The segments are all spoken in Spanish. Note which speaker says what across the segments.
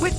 Speaker 1: With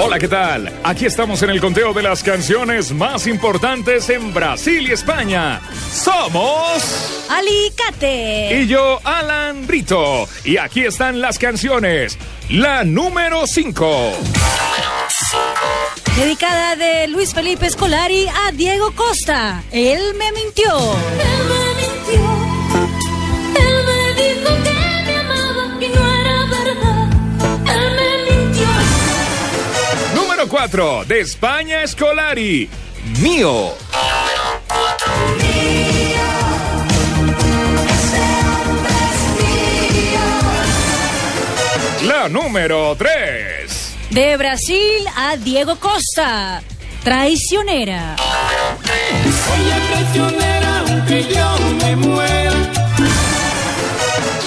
Speaker 2: Hola, ¿qué tal? Aquí estamos en el conteo de las canciones más importantes en Brasil y España. Somos
Speaker 3: Alicate.
Speaker 2: y yo, Alan Brito. Y aquí están las canciones. La número 5.
Speaker 4: Dedicada de Luis Felipe Scolari a Diego Costa. Él me mintió.
Speaker 5: Él me mintió, él me dijo que me amaba y no era verdad. Él me mintió,
Speaker 2: Número 4. De España Escolari. Mío.
Speaker 5: ese hombre es mío.
Speaker 2: La número 3.
Speaker 4: De Brasil a Diego Costa. Traicionera.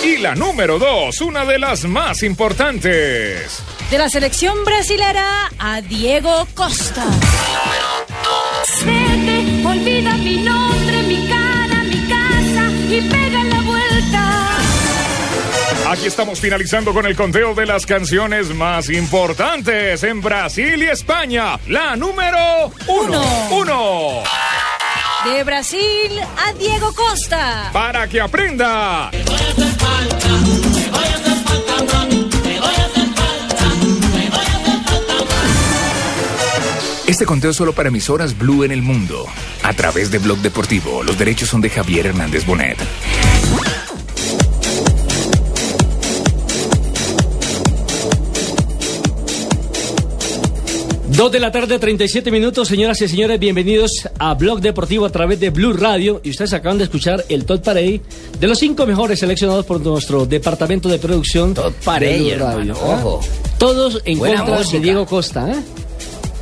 Speaker 2: Y la número 2. Una de las más importantes.
Speaker 4: De la selección brasilera a Diego Costa.
Speaker 5: Vete, olvida mi nombre, mi cara, mi casa y pega la vuelta.
Speaker 2: Aquí estamos finalizando con el conteo de las canciones más importantes en Brasil y España. La número uno.
Speaker 4: Uno.
Speaker 2: Uno.
Speaker 4: De Brasil a Diego Costa.
Speaker 2: Para que aprenda.
Speaker 6: Este conteo es solo para emisoras Blue en el mundo. A través de Blog Deportivo, los derechos son de Javier Hernández Bonet.
Speaker 7: Dos de la tarde, 37 minutos, señoras y señores, bienvenidos a Blog Deportivo a través de Blue Radio. Y ustedes acaban de escuchar el Top Parade de los cinco mejores seleccionados por nuestro departamento de producción.
Speaker 8: Todd Parade,
Speaker 7: de Blue
Speaker 8: hermano,
Speaker 7: ¿ah?
Speaker 8: ojo.
Speaker 7: Todos en
Speaker 8: Buena
Speaker 7: contra
Speaker 8: música.
Speaker 7: de Diego Costa, ¿eh?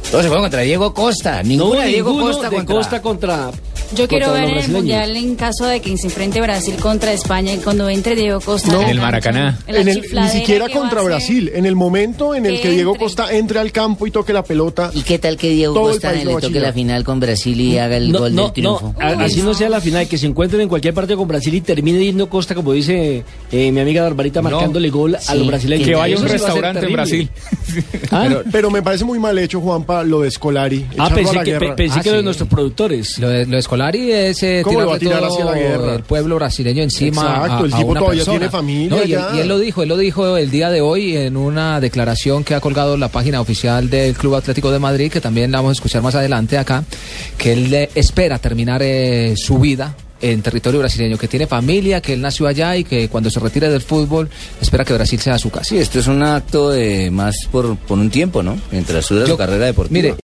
Speaker 8: Todos se fueron contra Diego Costa. Ninguno
Speaker 7: hubo
Speaker 8: de Diego
Speaker 7: ninguno
Speaker 8: Costa
Speaker 7: de
Speaker 8: contra...
Speaker 7: Costa contra.
Speaker 4: Yo quiero
Speaker 7: contra
Speaker 4: ver
Speaker 7: los
Speaker 4: en el
Speaker 7: brasileños.
Speaker 4: Mundial en caso de que se enfrente Brasil contra España y cuando entre Diego Costa.
Speaker 6: No.
Speaker 4: la
Speaker 6: En el
Speaker 4: cancha,
Speaker 6: Maracaná.
Speaker 4: en la
Speaker 9: En el- ni
Speaker 4: chifladera
Speaker 9: siquiera
Speaker 4: que va
Speaker 9: contra
Speaker 4: a hacer.
Speaker 9: Brasil. En el momento en el
Speaker 4: Que
Speaker 9: que Diego
Speaker 4: entre.
Speaker 9: Costa entre al campo y toque la pelota.
Speaker 8: ¿Y qué tal que Diego
Speaker 9: Todo el
Speaker 8: Costa
Speaker 9: país
Speaker 8: le
Speaker 9: lo va a
Speaker 8: toque
Speaker 9: chillar.
Speaker 8: la final con Brasil y haga el
Speaker 7: No,
Speaker 8: gol
Speaker 7: no,
Speaker 8: del triunfo?
Speaker 7: no, a- así no sea la final, que se encuentren en cualquier parte con Brasil y termine yendo Costa, como dice eh, mi amiga Barbarita, marcándole gol a
Speaker 8: Sí,
Speaker 7: los brasileños.
Speaker 8: que vaya a un
Speaker 7: Eso sí va a ser terrible. Ah,
Speaker 9: Pero me parece muy mal hecho, Juanpa, lo de Scolari.
Speaker 7: Ah,
Speaker 9: echarlo a
Speaker 7: pensé
Speaker 9: la
Speaker 7: que,
Speaker 9: guerra.
Speaker 7: pe- pensé
Speaker 6: Ah,
Speaker 7: que lo de
Speaker 6: sí.
Speaker 7: nuestros productores.
Speaker 6: Lo de, lo de Scolari es eh,
Speaker 9: ¿Cómo lo va a
Speaker 6: tirarle
Speaker 9: tirar hacia la guerra?
Speaker 6: el pueblo brasileño encima.
Speaker 9: Exacto,
Speaker 6: a- a
Speaker 9: el tipo
Speaker 6: una
Speaker 9: todavía
Speaker 6: persona.
Speaker 9: tiene familia
Speaker 6: No, y, él,
Speaker 9: ya.
Speaker 6: y él lo dijo, él lo dijo el día de hoy en una declaración que ha colgado la página oficial del Club Atlético de Madrid, que también la vamos a escuchar más adelante acá, que él eh, espera terminar eh, su vida en territorio brasileño, que tiene familia, que él nació allá y que cuando se retire del fútbol espera que Brasil sea su casa.
Speaker 8: Sí, esto es un acto de más por, por un tiempo, ¿no? Mientras dura
Speaker 6: Yo-
Speaker 8: su carrera deportiva.
Speaker 6: Mire,